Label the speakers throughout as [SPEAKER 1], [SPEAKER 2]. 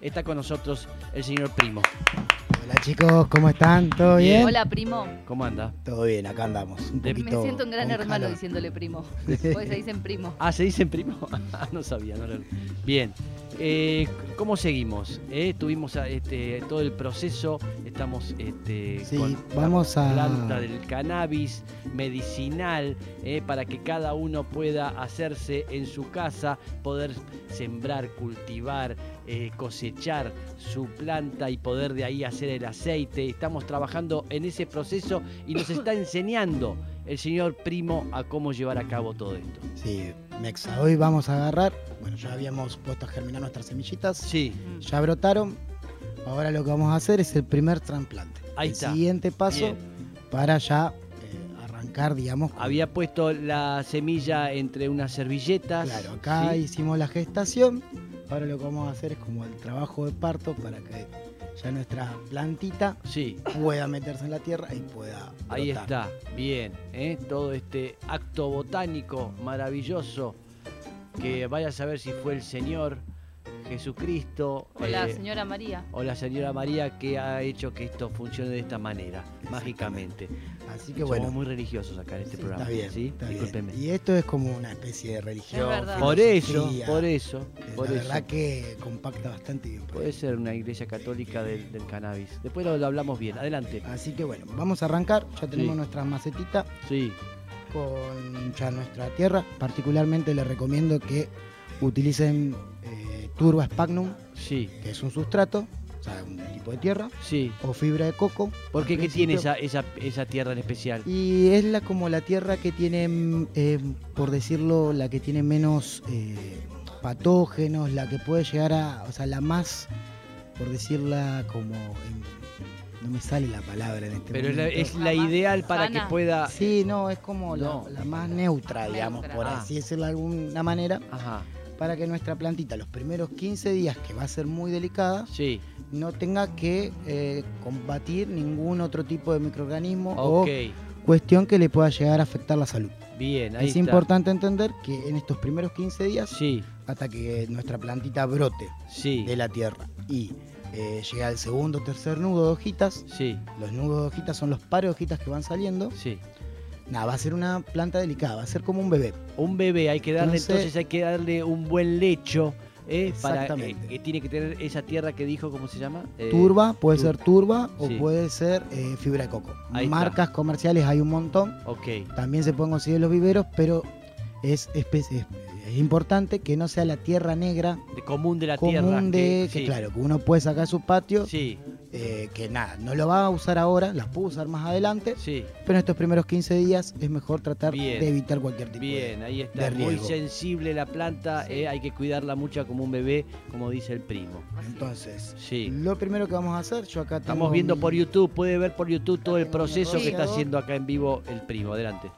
[SPEAKER 1] Está con nosotros el señor Primo.
[SPEAKER 2] Hola chicos, ¿cómo están? ¿Todo bien?
[SPEAKER 3] Hola, primo.
[SPEAKER 1] ¿Cómo anda?
[SPEAKER 2] Todo bien, acá andamos. Un
[SPEAKER 1] De-
[SPEAKER 3] Me
[SPEAKER 2] poquito
[SPEAKER 3] siento un gran
[SPEAKER 2] con
[SPEAKER 3] hermano
[SPEAKER 2] calor.
[SPEAKER 3] diciéndole primo. Hoy se dicen primo.
[SPEAKER 1] Ah, ¿se dicen Primo? Ah, no sabía. no lo- Bien. Eh, ¿Cómo seguimos? Eh, tuvimos ah, este, todo el proceso. Estamos este,
[SPEAKER 2] Sí,
[SPEAKER 1] con
[SPEAKER 2] vamos
[SPEAKER 1] la
[SPEAKER 2] a-
[SPEAKER 1] planta del cannabis medicinal eh, para que cada uno pueda hacerse en su casa, poder sembrar, cultivar, eh, cosechar su planta y poder de ahí hacer el aceite. Estamos trabajando en ese proceso y nos está enseñando el señor Primo a cómo llevar a cabo todo esto.
[SPEAKER 2] Sí, Mexa, hoy vamos a agarrar. Bueno, ya habíamos puesto a germinar nuestras semillitas.
[SPEAKER 1] Sí,
[SPEAKER 3] Mm.
[SPEAKER 2] Ya brotaron. Ahora lo que vamos a hacer es el primer trasplante.
[SPEAKER 1] Ahí
[SPEAKER 2] el
[SPEAKER 1] está.
[SPEAKER 2] siguiente paso
[SPEAKER 1] Bien.
[SPEAKER 2] para ya eh, arrancar, digamos. con-
[SPEAKER 1] había puesto la semilla entre unas servilletas.
[SPEAKER 2] Claro, acá
[SPEAKER 1] ¿sí?
[SPEAKER 2] hicimos la gestación. Ahora lo que vamos a hacer es como el trabajo de parto para que ya nuestra plantita
[SPEAKER 1] Sí,
[SPEAKER 2] pueda meterse en la tierra y pueda.
[SPEAKER 1] ahí
[SPEAKER 2] brotar.
[SPEAKER 1] está, bien, ¿eh? todo este acto botánico maravilloso que vaya a saber si fue el Señor Jesucristo
[SPEAKER 3] Hola,
[SPEAKER 1] eh,
[SPEAKER 3] señora María.
[SPEAKER 1] o la señora María que ha hecho que esto funcione de esta manera, mágicamente.
[SPEAKER 2] Así que bueno.
[SPEAKER 1] Somos muy religiosos acá en este
[SPEAKER 3] Sí,
[SPEAKER 1] programa.
[SPEAKER 2] Está bien,
[SPEAKER 1] ¿sí?
[SPEAKER 2] está bien.
[SPEAKER 1] Discúlpeme.
[SPEAKER 2] Y esto es como una especie de religión.
[SPEAKER 3] Es verdad.
[SPEAKER 1] Por eso,
[SPEAKER 2] filosofía.
[SPEAKER 1] por eso,
[SPEAKER 2] Eh,
[SPEAKER 1] por
[SPEAKER 2] la
[SPEAKER 1] eso.
[SPEAKER 2] verdad que compacta bastante bien. por
[SPEAKER 1] Puede
[SPEAKER 2] ahí.
[SPEAKER 1] ser una iglesia católica del, del cannabis. Después lo, lo hablamos bien. Adelante.
[SPEAKER 2] Así que bueno, vamos a arrancar. Ya tenemos
[SPEAKER 1] Sí.
[SPEAKER 2] nuestra macetita
[SPEAKER 1] Sí,
[SPEAKER 2] con ya nuestra tierra. Particularmente les recomiendo que utilicen eh, turba spagnum,
[SPEAKER 1] sí,
[SPEAKER 2] que es un sustrato, o sea, un tipo de tierra,
[SPEAKER 1] sí.
[SPEAKER 2] o fibra de coco.
[SPEAKER 1] ¿Por qué?
[SPEAKER 2] al
[SPEAKER 1] ¿Qué tiene
[SPEAKER 2] principio.
[SPEAKER 1] esa, esa, esa tierra en especial?
[SPEAKER 2] Y es la, como la tierra que tiene, mm, eh, por decirlo, la que tiene menos eh, patógenos, la que puede llegar a, o sea, la más, por decirla como, en- no me sale la palabra en este
[SPEAKER 1] Pero es
[SPEAKER 2] momento.
[SPEAKER 1] la, es la ideal para que
[SPEAKER 3] Sana.
[SPEAKER 1] pueda...
[SPEAKER 2] Sí, no, es como la-
[SPEAKER 1] No.
[SPEAKER 2] la, más neutra,
[SPEAKER 3] Neutra.
[SPEAKER 2] digamos, por
[SPEAKER 1] Ah.
[SPEAKER 2] así decirlo de alguna manera,
[SPEAKER 1] Ajá,
[SPEAKER 2] para que nuestra plantita los primeros 15 días, que va a ser muy delicada,
[SPEAKER 1] sí,
[SPEAKER 2] no tenga que eh, combatir ningún otro tipo de microorganismo
[SPEAKER 1] ok.
[SPEAKER 2] o cuestión que le pueda llegar a afectar la salud.
[SPEAKER 1] Bien, ahí
[SPEAKER 2] es
[SPEAKER 1] está.
[SPEAKER 2] importante entender que en estos primeros 15 días,
[SPEAKER 1] Sí,
[SPEAKER 2] hasta que nuestra plantita brote
[SPEAKER 1] sí,
[SPEAKER 2] de la tierra y eh, llega al segundo o tercer nudo de hojitas,
[SPEAKER 1] sí,
[SPEAKER 2] los nudos de hojitas son los pares de hojitas que van saliendo,
[SPEAKER 1] sí.
[SPEAKER 2] nada, va a ser una planta delicada, va a ser como un bebé.
[SPEAKER 1] Un bebé, hay que darle
[SPEAKER 2] Entonces-
[SPEAKER 1] entonces, hay que darle un buen lecho. eh, para, eh,
[SPEAKER 2] Exactamente.
[SPEAKER 1] que tiene que tener esa tierra que dijo, ¿cómo se llama? Eh,
[SPEAKER 2] turba, puede
[SPEAKER 1] tur-
[SPEAKER 2] ser turba
[SPEAKER 1] sí.
[SPEAKER 2] o puede ser eh, fibra de coco.
[SPEAKER 1] Ahí está.
[SPEAKER 2] Marcas comerciales hay un montón,
[SPEAKER 1] Ok,
[SPEAKER 2] también se pueden conseguir en los viveros, pero es, espe- es- es importante que no sea la tierra negra
[SPEAKER 1] de común de la tierra.
[SPEAKER 2] común de que,
[SPEAKER 1] sí,
[SPEAKER 2] claro, que uno puede sacar su patio
[SPEAKER 1] Sí,
[SPEAKER 2] eh, que nada, no lo va a usar ahora, las puedo usar más adelante,
[SPEAKER 1] sí.
[SPEAKER 2] pero en estos primeros 15 días es mejor tratar
[SPEAKER 1] Bien.
[SPEAKER 2] de evitar cualquier tipo
[SPEAKER 1] Bien, ahí está.
[SPEAKER 2] de
[SPEAKER 1] Muy
[SPEAKER 2] riesgo.
[SPEAKER 1] sensible la planta,
[SPEAKER 3] Sí.
[SPEAKER 1] eh, hay que cuidarla mucho como un bebé, como dice el primo.
[SPEAKER 2] de... Entonces,
[SPEAKER 1] Sí.
[SPEAKER 2] lo primero que vamos a hacer, yo acá
[SPEAKER 1] Estamos
[SPEAKER 2] tengo
[SPEAKER 1] viendo
[SPEAKER 2] mi-
[SPEAKER 1] por YouTube, puede ver por YouTube todo el
[SPEAKER 2] tengo mi
[SPEAKER 1] proceso que está
[SPEAKER 2] rociador.
[SPEAKER 1] haciendo acá en vivo el primo. Adelante.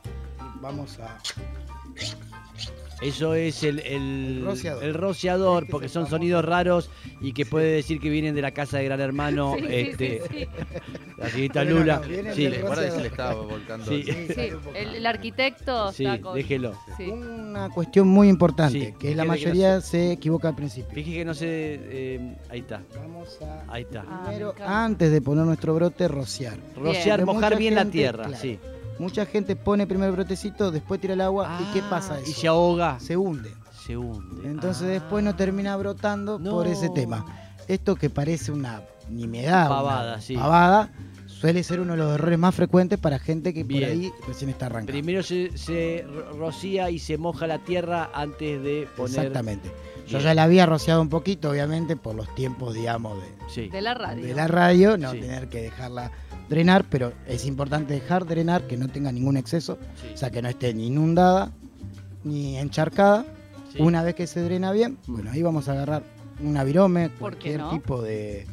[SPEAKER 2] Vamos a...
[SPEAKER 1] Eso es el, el,
[SPEAKER 2] El rociador.
[SPEAKER 1] el rociador,
[SPEAKER 2] Este es
[SPEAKER 1] porque
[SPEAKER 2] el
[SPEAKER 1] son
[SPEAKER 2] famoso.
[SPEAKER 1] sonidos raros y que puede decir que vienen de la casa de Gran Hermano,
[SPEAKER 3] Sí, sí,
[SPEAKER 1] este,
[SPEAKER 3] sí, sí.
[SPEAKER 1] la señorita
[SPEAKER 2] Pero no,
[SPEAKER 1] Lula.
[SPEAKER 2] no, vienen
[SPEAKER 1] sí,
[SPEAKER 2] del
[SPEAKER 4] Le- guarda que se
[SPEAKER 2] rociador.
[SPEAKER 4] le estaba volcando.
[SPEAKER 1] Sí.
[SPEAKER 4] el-
[SPEAKER 3] Sí, El, el arquitecto
[SPEAKER 1] sí,
[SPEAKER 3] está con-
[SPEAKER 1] déjelo.
[SPEAKER 3] sí.
[SPEAKER 2] Una cuestión muy importante,
[SPEAKER 1] Sí,
[SPEAKER 2] que la
[SPEAKER 1] que-
[SPEAKER 2] mayoría se equivoca al principio.
[SPEAKER 1] Fíjese que no se... eh, ahí está,
[SPEAKER 2] Vamos a...
[SPEAKER 1] ahí está.
[SPEAKER 3] Ah,
[SPEAKER 2] Primero,
[SPEAKER 3] me encanta.
[SPEAKER 2] antes de poner nuestro brote, rociar.
[SPEAKER 1] Rociar,
[SPEAKER 2] Porque
[SPEAKER 1] mojar
[SPEAKER 2] mucha
[SPEAKER 1] bien la
[SPEAKER 2] gente,
[SPEAKER 1] tierra,
[SPEAKER 2] claro,
[SPEAKER 1] sí.
[SPEAKER 2] Mucha gente pone primero el brotecito, después tira el agua, ¿y qué pasa
[SPEAKER 1] Ah,
[SPEAKER 2] eso?
[SPEAKER 1] Y se ahoga,
[SPEAKER 2] Se hunde.
[SPEAKER 1] se hunde.
[SPEAKER 2] Entonces
[SPEAKER 1] Ah.
[SPEAKER 2] después no termina brotando
[SPEAKER 1] No.
[SPEAKER 2] por ese tema. Esto que parece una nimiedad, una
[SPEAKER 1] Pavada, sí.
[SPEAKER 2] pavada, suele ser uno de los errores más frecuentes para gente que
[SPEAKER 1] Bien.
[SPEAKER 2] por ahí recién está arrancando.
[SPEAKER 1] Primero se, se ro- rocía y se moja la tierra antes de poner...
[SPEAKER 2] Exactamente. Yo
[SPEAKER 1] Bien.
[SPEAKER 2] ya la había rociado un poquito, obviamente, por los tiempos, digamos, de,
[SPEAKER 1] Sí.
[SPEAKER 3] De la radio.
[SPEAKER 2] de la radio, no
[SPEAKER 1] Sí.
[SPEAKER 2] tener que dejarla drenar, pero es importante dejar drenar, que no tenga ningún exceso,
[SPEAKER 1] sí,
[SPEAKER 2] o sea, que no esté ni inundada, ni encharcada.
[SPEAKER 1] sí.
[SPEAKER 2] Una vez que se drena bien, bueno, ahí vamos a agarrar un avirome,
[SPEAKER 3] ¿Por qué
[SPEAKER 2] cualquier
[SPEAKER 3] no?
[SPEAKER 2] tipo de,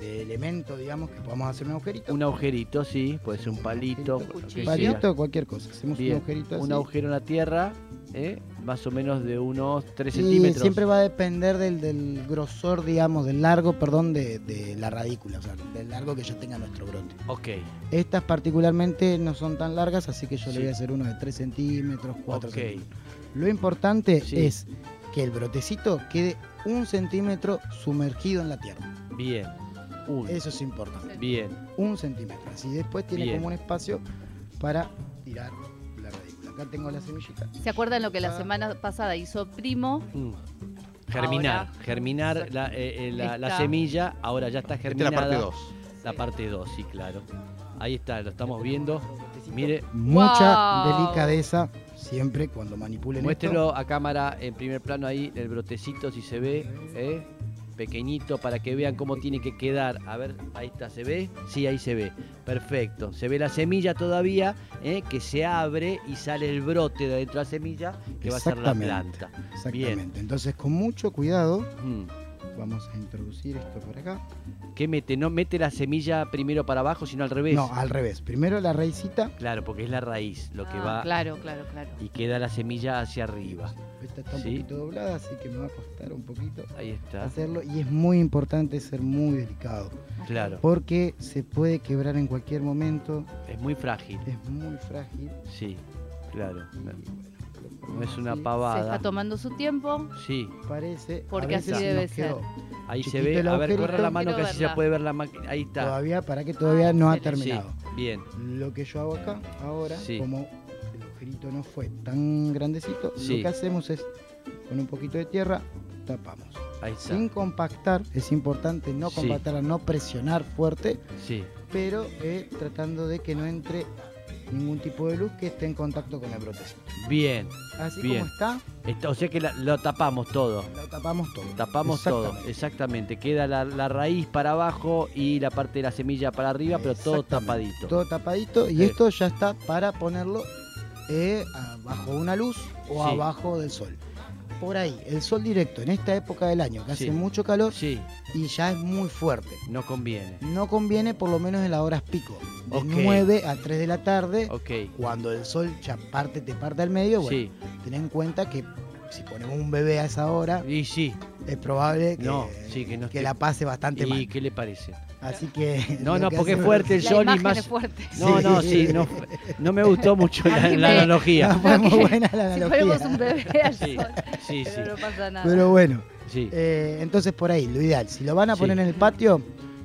[SPEAKER 2] de elemento, digamos, que podamos hacer un agujerito.
[SPEAKER 1] Un agujerito, sí, puede ser un
[SPEAKER 2] Un
[SPEAKER 1] palito.
[SPEAKER 2] agujerito,
[SPEAKER 1] lo que sea.
[SPEAKER 3] un
[SPEAKER 2] palito, cualquier cosa. Hacemos
[SPEAKER 1] Bien,
[SPEAKER 2] un agujerito así.
[SPEAKER 1] Un agujero en la tierra, ¿eh? más o menos de unos 3
[SPEAKER 2] Y
[SPEAKER 1] centímetros.
[SPEAKER 2] siempre va a depender del, del grosor, digamos, del largo, perdón, de, de la radícula, o sea, del largo que ya tenga nuestro brote.
[SPEAKER 1] Ok,
[SPEAKER 2] Estas particularmente no son tan largas, así que yo
[SPEAKER 1] Sí.
[SPEAKER 2] le voy a hacer uno de 3 centímetros, 4
[SPEAKER 1] ok.
[SPEAKER 2] centímetros. Lo importante
[SPEAKER 1] Sí.
[SPEAKER 2] es que el brotecito quede un centímetro sumergido en la tierra.
[SPEAKER 1] Bien. Uno.
[SPEAKER 2] Eso es importante.
[SPEAKER 1] Bien.
[SPEAKER 2] Un centímetro. Así después tiene
[SPEAKER 1] Bien.
[SPEAKER 2] como un espacio para tirar la radícula. Acá tengo la semillita.
[SPEAKER 3] ¿Se acuerdan lo que la
[SPEAKER 2] Ah.
[SPEAKER 3] semana pasada hizo Primo?
[SPEAKER 1] Mm. Germinar.
[SPEAKER 3] Ahora-
[SPEAKER 1] germinar la, eh, eh, la- la
[SPEAKER 3] Está.
[SPEAKER 1] semilla. Ahora ya está
[SPEAKER 4] Esta es
[SPEAKER 1] germinada.
[SPEAKER 4] la parte 2.
[SPEAKER 1] La
[SPEAKER 3] Sí.
[SPEAKER 1] parte 2, sí, claro. Ahí está, lo estamos viendo. Mire,
[SPEAKER 2] Mucha
[SPEAKER 3] Wow.
[SPEAKER 2] delicadeza siempre cuando manipulen esto.
[SPEAKER 1] muéstrelo a cámara en primer plano ahí, el brotecito, si se ve, ¿eh? pequeñito, para que vean cómo tiene que quedar. A ver, ahí está, ¿se ve? Sí, ahí se ve. Perfecto. Se ve la semilla todavía, ¿eh? que se abre y sale el brote de adentro de la semilla, que va a ser la
[SPEAKER 2] Exactamente.
[SPEAKER 1] planta.
[SPEAKER 2] Exactamente. Entonces, con mucho cuidado,
[SPEAKER 1] Mm.
[SPEAKER 2] vamos a introducir esto por acá.
[SPEAKER 1] ¿Qué mete? No mete la semilla primero para abajo, sino al revés.
[SPEAKER 2] No, al revés. Primero la raicita.
[SPEAKER 1] Claro, porque es la raíz lo que
[SPEAKER 3] Ah,
[SPEAKER 1] va
[SPEAKER 3] Claro, claro, claro.
[SPEAKER 1] y queda la semilla hacia arriba.
[SPEAKER 2] Esta está un
[SPEAKER 1] Sí. Ah.
[SPEAKER 2] poquito doblada, así que me va a costar un poquito
[SPEAKER 1] Ahí está.
[SPEAKER 2] hacerlo. Y es muy importante ser muy delicado.
[SPEAKER 1] Claro.
[SPEAKER 2] Porque se puede quebrar en cualquier momento.
[SPEAKER 1] Es muy frágil.
[SPEAKER 2] Es muy frágil.
[SPEAKER 1] Sí, claro.
[SPEAKER 2] y, bueno, lo
[SPEAKER 1] No
[SPEAKER 2] ponemos
[SPEAKER 1] es una
[SPEAKER 2] así.
[SPEAKER 3] Se está
[SPEAKER 1] pavada.
[SPEAKER 3] tomando su tiempo.
[SPEAKER 1] Sí,
[SPEAKER 2] Parece. a
[SPEAKER 3] Porque así
[SPEAKER 2] veces
[SPEAKER 3] debe
[SPEAKER 2] nos quedó.
[SPEAKER 1] ahí se
[SPEAKER 2] Chiquito
[SPEAKER 1] ve.
[SPEAKER 2] el
[SPEAKER 1] A ver,
[SPEAKER 2] agujerito.
[SPEAKER 1] corre la mano que
[SPEAKER 3] Quiero
[SPEAKER 1] así se
[SPEAKER 3] verla.
[SPEAKER 1] puede ver la máquina. Ahí está.
[SPEAKER 2] Todavía, para que todavía no ha
[SPEAKER 3] excelente.
[SPEAKER 1] Sí,
[SPEAKER 2] terminado.
[SPEAKER 1] bien.
[SPEAKER 2] Lo que yo hago acá, ahora,
[SPEAKER 1] Sí.
[SPEAKER 2] como el agujerito no fue tan grandecito,
[SPEAKER 1] Sí.
[SPEAKER 2] lo que hacemos es, con un poquito de tierra, tapamos.
[SPEAKER 1] Ahí está.
[SPEAKER 2] Sin compactar, es importante no
[SPEAKER 1] Sí.
[SPEAKER 2] compactar, no presionar fuerte,
[SPEAKER 1] Sí,
[SPEAKER 2] pero eh, tratando de que no entre ningún tipo de luz que esté en contacto con el brotecito.
[SPEAKER 1] bien.
[SPEAKER 2] Así
[SPEAKER 1] Bien.
[SPEAKER 2] como está,
[SPEAKER 1] Está- o sea que la- lo tapamos todo.
[SPEAKER 2] lo tapamos todo.
[SPEAKER 1] Tapamos todo,
[SPEAKER 2] Exactamente.
[SPEAKER 1] exactamente. Queda la, la raíz para abajo y la parte de la semilla para arriba, pero todo
[SPEAKER 2] Exactamente,
[SPEAKER 1] tapadito.
[SPEAKER 2] Todo tapadito y
[SPEAKER 1] Sí.
[SPEAKER 2] esto ya está para ponerlo eh, a- bajo una luz o
[SPEAKER 1] Sí.
[SPEAKER 2] abajo del sol. Por ahí, el sol directo en esta época del año, que
[SPEAKER 1] Sí.
[SPEAKER 2] hace mucho calor
[SPEAKER 1] Sí,
[SPEAKER 2] y ya es muy fuerte.
[SPEAKER 1] no conviene.
[SPEAKER 2] No conviene por lo menos en las horas pico, de
[SPEAKER 1] Ok.
[SPEAKER 2] 9 a 3 de la tarde,
[SPEAKER 1] Ok,
[SPEAKER 2] cuando el sol ya parte, te parte al medio, bueno,
[SPEAKER 1] sí.
[SPEAKER 2] ten en cuenta que si ponemos un bebé a esa hora,
[SPEAKER 1] Y sí,
[SPEAKER 2] es probable que,
[SPEAKER 1] No, sí, que no esté-
[SPEAKER 2] la pase bastante
[SPEAKER 1] ¿y
[SPEAKER 2] mal.
[SPEAKER 1] qué le parece?
[SPEAKER 2] Así que...
[SPEAKER 1] No,
[SPEAKER 2] lo
[SPEAKER 1] no,
[SPEAKER 2] que
[SPEAKER 1] porque es
[SPEAKER 2] hacemos-
[SPEAKER 1] fuerte el
[SPEAKER 3] la
[SPEAKER 1] sol y
[SPEAKER 3] imagen
[SPEAKER 1] Este más...
[SPEAKER 3] es fuerte.
[SPEAKER 1] No, no, sí,
[SPEAKER 2] Sí.
[SPEAKER 1] no, no me gustó mucho
[SPEAKER 3] A
[SPEAKER 1] la,
[SPEAKER 3] mí
[SPEAKER 1] la
[SPEAKER 3] me-
[SPEAKER 1] analogía.
[SPEAKER 2] No, fue muy
[SPEAKER 3] que-
[SPEAKER 2] buena la
[SPEAKER 3] Si
[SPEAKER 2] analogía.
[SPEAKER 3] ponemos un bebé al
[SPEAKER 1] Sí,
[SPEAKER 3] sol,
[SPEAKER 1] sí, sí,
[SPEAKER 3] pero no pasa nada.
[SPEAKER 2] Pero bueno,
[SPEAKER 1] sí.
[SPEAKER 2] eh, entonces por ahí, lo ideal, si lo van a
[SPEAKER 1] Sí.
[SPEAKER 2] poner en el patio,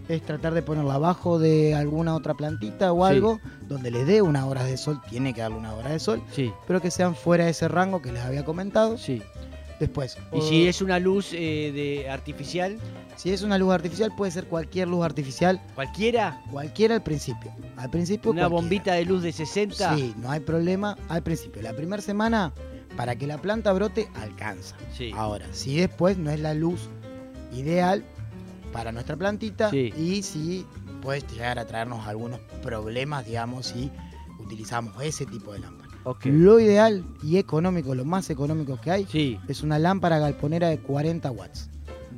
[SPEAKER 2] es tratar de ponerlo abajo de alguna otra plantita o
[SPEAKER 1] Sí.
[SPEAKER 2] algo, donde le dé una hora de sol, tiene que darle una hora de sol,
[SPEAKER 1] Sí,
[SPEAKER 2] pero que sean fuera de ese rango que les había comentado.
[SPEAKER 1] sí.
[SPEAKER 2] Después,
[SPEAKER 1] Y
[SPEAKER 2] o-
[SPEAKER 1] si es una luz eh, de artificial,
[SPEAKER 2] si es una luz artificial, puede ser cualquier luz artificial,
[SPEAKER 1] cualquiera,
[SPEAKER 2] cualquiera al principio. Al principio,
[SPEAKER 1] una
[SPEAKER 2] cualquiera.
[SPEAKER 1] bombita de luz de 60.
[SPEAKER 2] Sí, no hay problema al principio. La primera semana, para que la planta brote, alcanza.
[SPEAKER 1] Sí.
[SPEAKER 2] Ahora, si después no es la luz ideal para nuestra plantita
[SPEAKER 1] Sí.
[SPEAKER 2] y si puede llegar a traernos algunos problemas, digamos, si utilizamos ese tipo de lámpara.
[SPEAKER 1] Ok.
[SPEAKER 2] Lo ideal y económico, lo más económico que hay,
[SPEAKER 1] Sí,
[SPEAKER 2] es una lámpara galponera de 40 watts.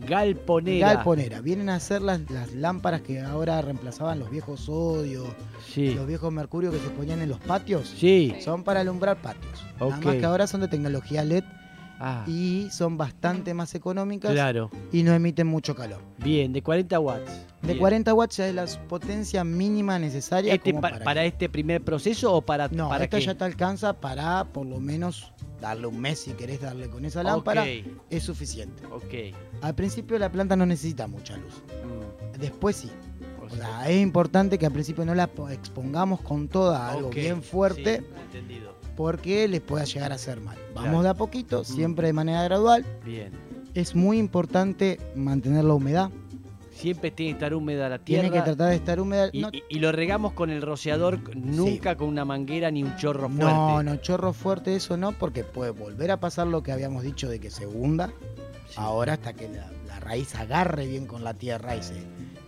[SPEAKER 1] galponera.
[SPEAKER 2] Galponera. Vienen a ser las, las lámparas que ahora reemplazaban los viejos sodios,
[SPEAKER 1] Sí,
[SPEAKER 2] los viejos mercurio que se ponían en los patios.
[SPEAKER 1] sí.
[SPEAKER 2] Son para alumbrar patios. Nada
[SPEAKER 1] Ok.
[SPEAKER 2] más que ahora son de tecnología LED
[SPEAKER 1] Ah,
[SPEAKER 2] y son bastante más económicas
[SPEAKER 1] claro.
[SPEAKER 2] y no emiten mucho calor.
[SPEAKER 1] Bien, de 40 watts.
[SPEAKER 2] De
[SPEAKER 1] Bien.
[SPEAKER 2] 40 watts ya es la potencia mínima necesaria
[SPEAKER 1] Este
[SPEAKER 2] como
[SPEAKER 1] pa-
[SPEAKER 2] para,
[SPEAKER 1] para, este primer proceso o para
[SPEAKER 2] No,
[SPEAKER 1] para
[SPEAKER 2] esta
[SPEAKER 1] qué?
[SPEAKER 2] ya te alcanza para por lo menos darle un mes si querés darle con esa
[SPEAKER 1] Ok,
[SPEAKER 2] lámpara, es suficiente.
[SPEAKER 1] Ok.
[SPEAKER 2] Al principio la planta no necesita mucha luz,
[SPEAKER 1] Mm,
[SPEAKER 2] después sí.
[SPEAKER 1] o
[SPEAKER 2] O
[SPEAKER 1] sea,
[SPEAKER 2] sea, es importante que al principio no la po- expongamos con toda a algo
[SPEAKER 1] ok,
[SPEAKER 2] bien fuerte
[SPEAKER 1] sí, entendido.
[SPEAKER 2] porque les pueda llegar a hacer mal. Vamos
[SPEAKER 1] Claro. Mm.
[SPEAKER 2] de a poquito, siempre de manera gradual.
[SPEAKER 1] Bien.
[SPEAKER 2] Es muy importante mantener la humedad.
[SPEAKER 1] Siempre tiene que estar húmeda la tierra.
[SPEAKER 2] Tiene que tratar de estar húmeda.
[SPEAKER 1] Y,
[SPEAKER 2] no-
[SPEAKER 1] y- y lo regamos con el rociador, nunca con una manguera ni un chorro fuerte.
[SPEAKER 2] No, no, chorro fuerte, eso no, porque puede volver a pasar lo que habíamos dicho de que se hunda
[SPEAKER 1] Sí.
[SPEAKER 2] ahora hasta que la, la raíz agarre bien con la tierra y, se,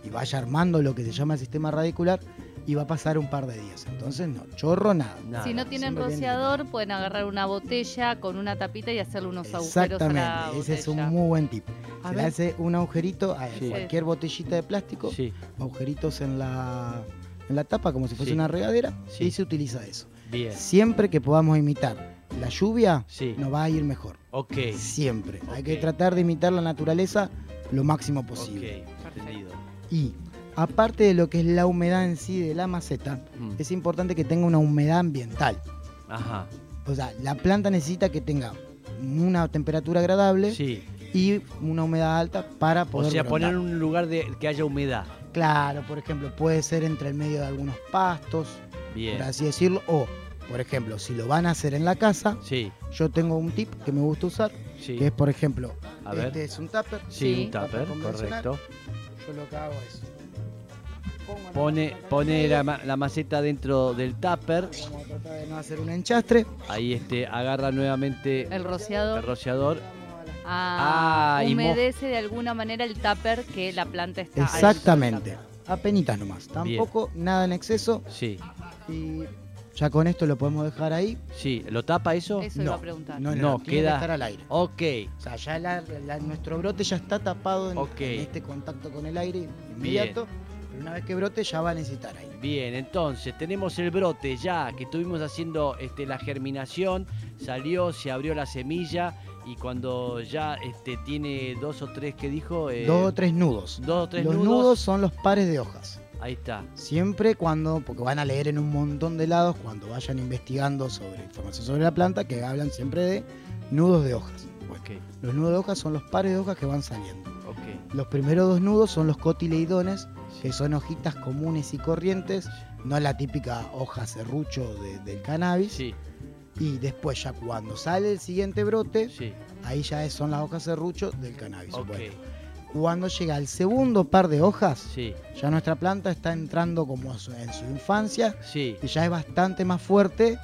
[SPEAKER 2] y vaya armando lo que se llama el sistema radicular y va a pasar un par de días. Entonces, no, chorro nada.
[SPEAKER 1] Nada.
[SPEAKER 3] Si no tienen
[SPEAKER 2] siempre bien
[SPEAKER 3] rociador, pueden agarrar una botella con una tapita y hacerle unos agujeros a
[SPEAKER 2] Exactamente,
[SPEAKER 3] la
[SPEAKER 2] ese es un
[SPEAKER 3] botella.
[SPEAKER 2] muy buen tip.
[SPEAKER 3] A
[SPEAKER 2] se le
[SPEAKER 3] ver.
[SPEAKER 2] hace un agujerito a
[SPEAKER 1] Sí.
[SPEAKER 2] cualquier botellita de plástico,
[SPEAKER 1] Sí,
[SPEAKER 2] agujeritos en la, en la tapa como si fuese
[SPEAKER 1] Sí.
[SPEAKER 2] una regadera
[SPEAKER 1] Sí.
[SPEAKER 2] y se utiliza eso.
[SPEAKER 1] bien.
[SPEAKER 2] Siempre que podamos imitar la lluvia,
[SPEAKER 1] Sí.
[SPEAKER 2] nos va a ir mejor.
[SPEAKER 1] Ok.
[SPEAKER 2] Siempre. Hay
[SPEAKER 1] Ok.
[SPEAKER 2] que tratar de imitar la naturaleza lo máximo posible.
[SPEAKER 1] Ok, entendido.
[SPEAKER 2] Y aparte de lo que es la humedad en sí de la maceta,
[SPEAKER 1] Mm,
[SPEAKER 2] es importante que tenga una humedad ambiental.
[SPEAKER 1] Ajá.
[SPEAKER 2] O sea, la planta necesita que tenga una temperatura agradable
[SPEAKER 1] Sí.
[SPEAKER 2] y una humedad alta para
[SPEAKER 1] O
[SPEAKER 2] poder.
[SPEAKER 1] sea, poner
[SPEAKER 2] brotar.
[SPEAKER 1] en un lugar de, que haya humedad.
[SPEAKER 2] Claro, por ejemplo, puede ser entre el medio de algunos pastos,
[SPEAKER 1] Bien.
[SPEAKER 2] por así decirlo, o, por ejemplo, si lo van a hacer en la casa,
[SPEAKER 1] Sí,
[SPEAKER 2] yo tengo un tip que me gusta usar,
[SPEAKER 1] sí.
[SPEAKER 2] que es, por ejemplo,
[SPEAKER 1] A ver.
[SPEAKER 2] este es un tupper,
[SPEAKER 1] Sí,
[SPEAKER 3] Sí.
[SPEAKER 1] un tupper,
[SPEAKER 2] Convencional.
[SPEAKER 1] correcto.
[SPEAKER 2] yo lo que hago es... pongo la
[SPEAKER 1] Pone,
[SPEAKER 2] maceta
[SPEAKER 1] pone la,
[SPEAKER 2] acá,
[SPEAKER 1] ma- la maceta dentro del tupper.
[SPEAKER 2] Vamos a tratar de no hacer un enchastre.
[SPEAKER 1] Ahí este, agarra nuevamente
[SPEAKER 3] El
[SPEAKER 1] el
[SPEAKER 3] rociador
[SPEAKER 1] rociador.
[SPEAKER 3] ah,
[SPEAKER 1] Ah, y mo-
[SPEAKER 3] humedece de alguna manera el tupper que la planta está. adentro del
[SPEAKER 2] Exactamente.
[SPEAKER 3] tupper.
[SPEAKER 2] Ah, Apenitas nomás. Tampoco nada en exceso.
[SPEAKER 1] Sí,
[SPEAKER 2] Y ya con esto lo podemos dejar ahí.
[SPEAKER 1] sí. ¿Lo tapa eso?
[SPEAKER 3] Eso iba a preguntar.
[SPEAKER 2] No, no,
[SPEAKER 1] No,
[SPEAKER 2] no, tiene que
[SPEAKER 1] queda-
[SPEAKER 2] estar al aire.
[SPEAKER 1] Ok.
[SPEAKER 2] O sea, ya la- la- nuestro brote ya está tapado en,
[SPEAKER 1] Ok.
[SPEAKER 2] en este contacto con el aire inmediato. Pero una vez que brote ya va a necesitar aire.
[SPEAKER 1] Bien, entonces tenemos el brote ya que estuvimos haciendo este, la germinación, salió, se abrió la semilla y cuando ya este, tiene dos o tres que dijo, Eh,
[SPEAKER 2] Dos o tres nudos.
[SPEAKER 1] dos o tres
[SPEAKER 2] Los nudos.
[SPEAKER 1] nudos,
[SPEAKER 2] son los pares de hojas.
[SPEAKER 1] ahí está,
[SPEAKER 2] Siempre cuando, porque van a leer en un montón de lados, cuando vayan investigando sobre información sobre la planta, que hablan siempre de nudos de hojas.
[SPEAKER 1] ok,
[SPEAKER 2] Los nudos de hojas son los pares de hojas que van saliendo.
[SPEAKER 1] ok,
[SPEAKER 2] Los primeros dos nudos son los cotileidones, que son hojitas comunes y corrientes, no la típica hoja serrucho de- del cannabis.
[SPEAKER 1] sí,
[SPEAKER 2] Y después ya cuando sale el siguiente brote,
[SPEAKER 1] sí,
[SPEAKER 2] ahí ya es- son las hojas serrucho del cannabis.
[SPEAKER 1] ok,
[SPEAKER 2] bueno. Cuando llega el segundo par de hojas,
[SPEAKER 1] sí,
[SPEAKER 2] ya nuestra planta está entrando como a su- en su infancia
[SPEAKER 1] sí,
[SPEAKER 2] y ya es bastante más fuerte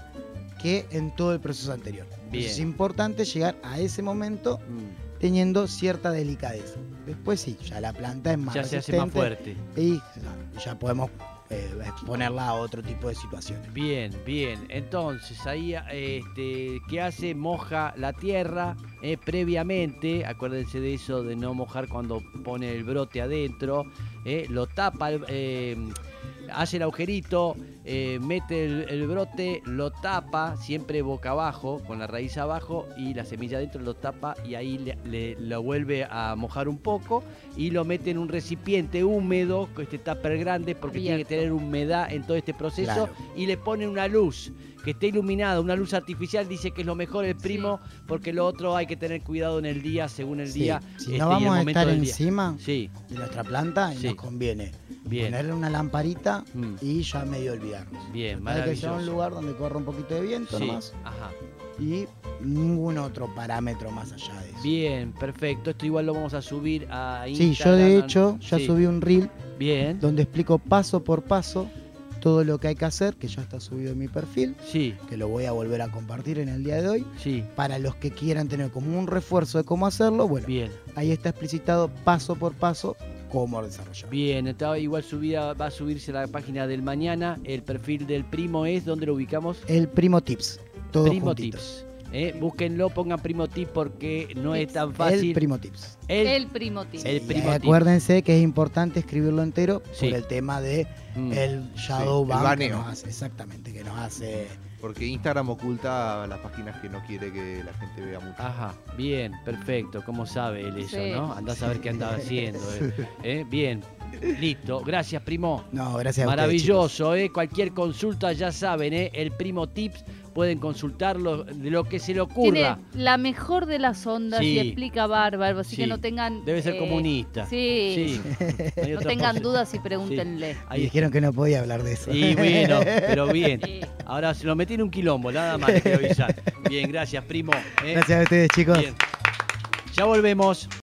[SPEAKER 2] que en todo el proceso anterior.
[SPEAKER 1] Bien.
[SPEAKER 2] Entonces es importante llegar a ese momento
[SPEAKER 1] Mm,
[SPEAKER 2] teniendo cierta delicadeza. Después sí, ya la planta es más
[SPEAKER 1] ya se hace más
[SPEAKER 2] resistente
[SPEAKER 1] fuerte.
[SPEAKER 2] y ya- ya podemos eh, exponerla a otro tipo de situaciones.
[SPEAKER 1] Bien, bien. Entonces, ahí, eh, este, ¿qué hace? Moja la tierra eh, previamente. Acuérdense de eso, de no mojar cuando pone el brote adentro. eh, lo tapa, el- eh, hace el agujerito, eh, mete el, el brote, lo tapa, siempre boca abajo, con la raíz abajo y la semilla adentro lo tapa y ahí le- le- lo vuelve a mojar un poco y lo mete en un recipiente húmedo, con este tupper grande, porque tiene que
[SPEAKER 3] Abierto.
[SPEAKER 1] tener humedad en todo este proceso
[SPEAKER 2] Claro.
[SPEAKER 1] y le pone una luz que esté iluminada, una luz artificial, dice que es lo mejor el primo, porque lo otro hay que tener cuidado en el día, según el
[SPEAKER 2] Sí,
[SPEAKER 1] día.
[SPEAKER 2] si
[SPEAKER 1] este, y el
[SPEAKER 2] no vamos a
[SPEAKER 1] momento
[SPEAKER 2] estar
[SPEAKER 1] del día.
[SPEAKER 2] encima
[SPEAKER 1] Sí,
[SPEAKER 2] de nuestra planta, y
[SPEAKER 1] Sí.
[SPEAKER 2] nos conviene
[SPEAKER 1] bien,
[SPEAKER 2] ponerle una lamparita
[SPEAKER 1] Mm.
[SPEAKER 2] y ya medio olvidarnos.
[SPEAKER 1] bien,
[SPEAKER 2] Hay que sea un
[SPEAKER 1] maravilloso.
[SPEAKER 2] lugar donde corra un poquito de viento
[SPEAKER 1] Sí,
[SPEAKER 2] nomás
[SPEAKER 1] ajá.
[SPEAKER 2] y ningún otro parámetro más allá de eso.
[SPEAKER 1] Bien, perfecto. Esto igual lo vamos a subir a
[SPEAKER 2] Sí,
[SPEAKER 1] Instagram.
[SPEAKER 2] yo de hecho ya
[SPEAKER 1] Sí,
[SPEAKER 2] subí un reel
[SPEAKER 1] Bien,
[SPEAKER 2] donde explico paso por paso todo lo que hay que hacer, que ya está subido en mi perfil,
[SPEAKER 1] sí,
[SPEAKER 2] que lo voy a volver a compartir en el día de hoy.
[SPEAKER 1] sí,
[SPEAKER 2] Para los que quieran tener como un refuerzo de cómo hacerlo, bueno,
[SPEAKER 1] bien.
[SPEAKER 2] ahí está explicitado paso por paso cómo desarrollar.
[SPEAKER 1] Bien, está igual subida, va a subirse la página del mañana. El perfil del primo es, ¿dónde lo ubicamos?
[SPEAKER 2] El Primo Tips, todo
[SPEAKER 1] Primo
[SPEAKER 2] juntito.
[SPEAKER 1] Tips. Eh, búsquenlo, pongan Primo Tips porque no es
[SPEAKER 3] Tips.
[SPEAKER 1] tan
[SPEAKER 2] El
[SPEAKER 1] fácil.
[SPEAKER 2] Primo Tips.
[SPEAKER 1] El-
[SPEAKER 3] El primo tío.
[SPEAKER 1] El
[SPEAKER 2] Y
[SPEAKER 1] Primo Tips.
[SPEAKER 2] acuérdense que es importante escribirlo entero
[SPEAKER 1] Sí.
[SPEAKER 2] por el tema de
[SPEAKER 1] Mm,
[SPEAKER 2] el shadow
[SPEAKER 4] el
[SPEAKER 2] ban que
[SPEAKER 4] baneo.
[SPEAKER 2] nos hace- exactamente, que nos hace
[SPEAKER 4] Porque Instagram oculta las páginas que no quiere que la gente vea mucho.
[SPEAKER 1] Ajá, bien, perfecto. ¿Cómo sabe él eso,
[SPEAKER 3] Sí.
[SPEAKER 1] no? Andás a ver qué andaba haciendo. eh. Eh, Bien, listo. Gracias, Primo.
[SPEAKER 2] No, gracias a ustedes,
[SPEAKER 1] Maravilloso, ¿eh? Cualquier consulta, ya saben, ¿eh? El Primo Tips, pueden consultarlo de lo que se le ocurra.
[SPEAKER 3] Tiene la mejor de las ondas
[SPEAKER 1] Sí.
[SPEAKER 3] y explica bárbaro, así
[SPEAKER 1] Sí.
[SPEAKER 3] que no tengan.
[SPEAKER 1] Debe ser
[SPEAKER 3] eh,
[SPEAKER 1] comunista.
[SPEAKER 3] Sí.
[SPEAKER 1] hay otra
[SPEAKER 3] No tengan
[SPEAKER 1] posibilidad.
[SPEAKER 3] dudas y pregúntenle.
[SPEAKER 2] Y
[SPEAKER 1] Ahí está.
[SPEAKER 2] dijeron que no podía hablar de eso.
[SPEAKER 1] Y bueno, pero bien.
[SPEAKER 3] Sí.
[SPEAKER 1] Ahora se lo metí en un quilombo, nada más, le quiero avisar. Bien, gracias, Primo. ¿eh?
[SPEAKER 2] Gracias a ustedes, chicos.
[SPEAKER 1] Bien. Ya volvemos.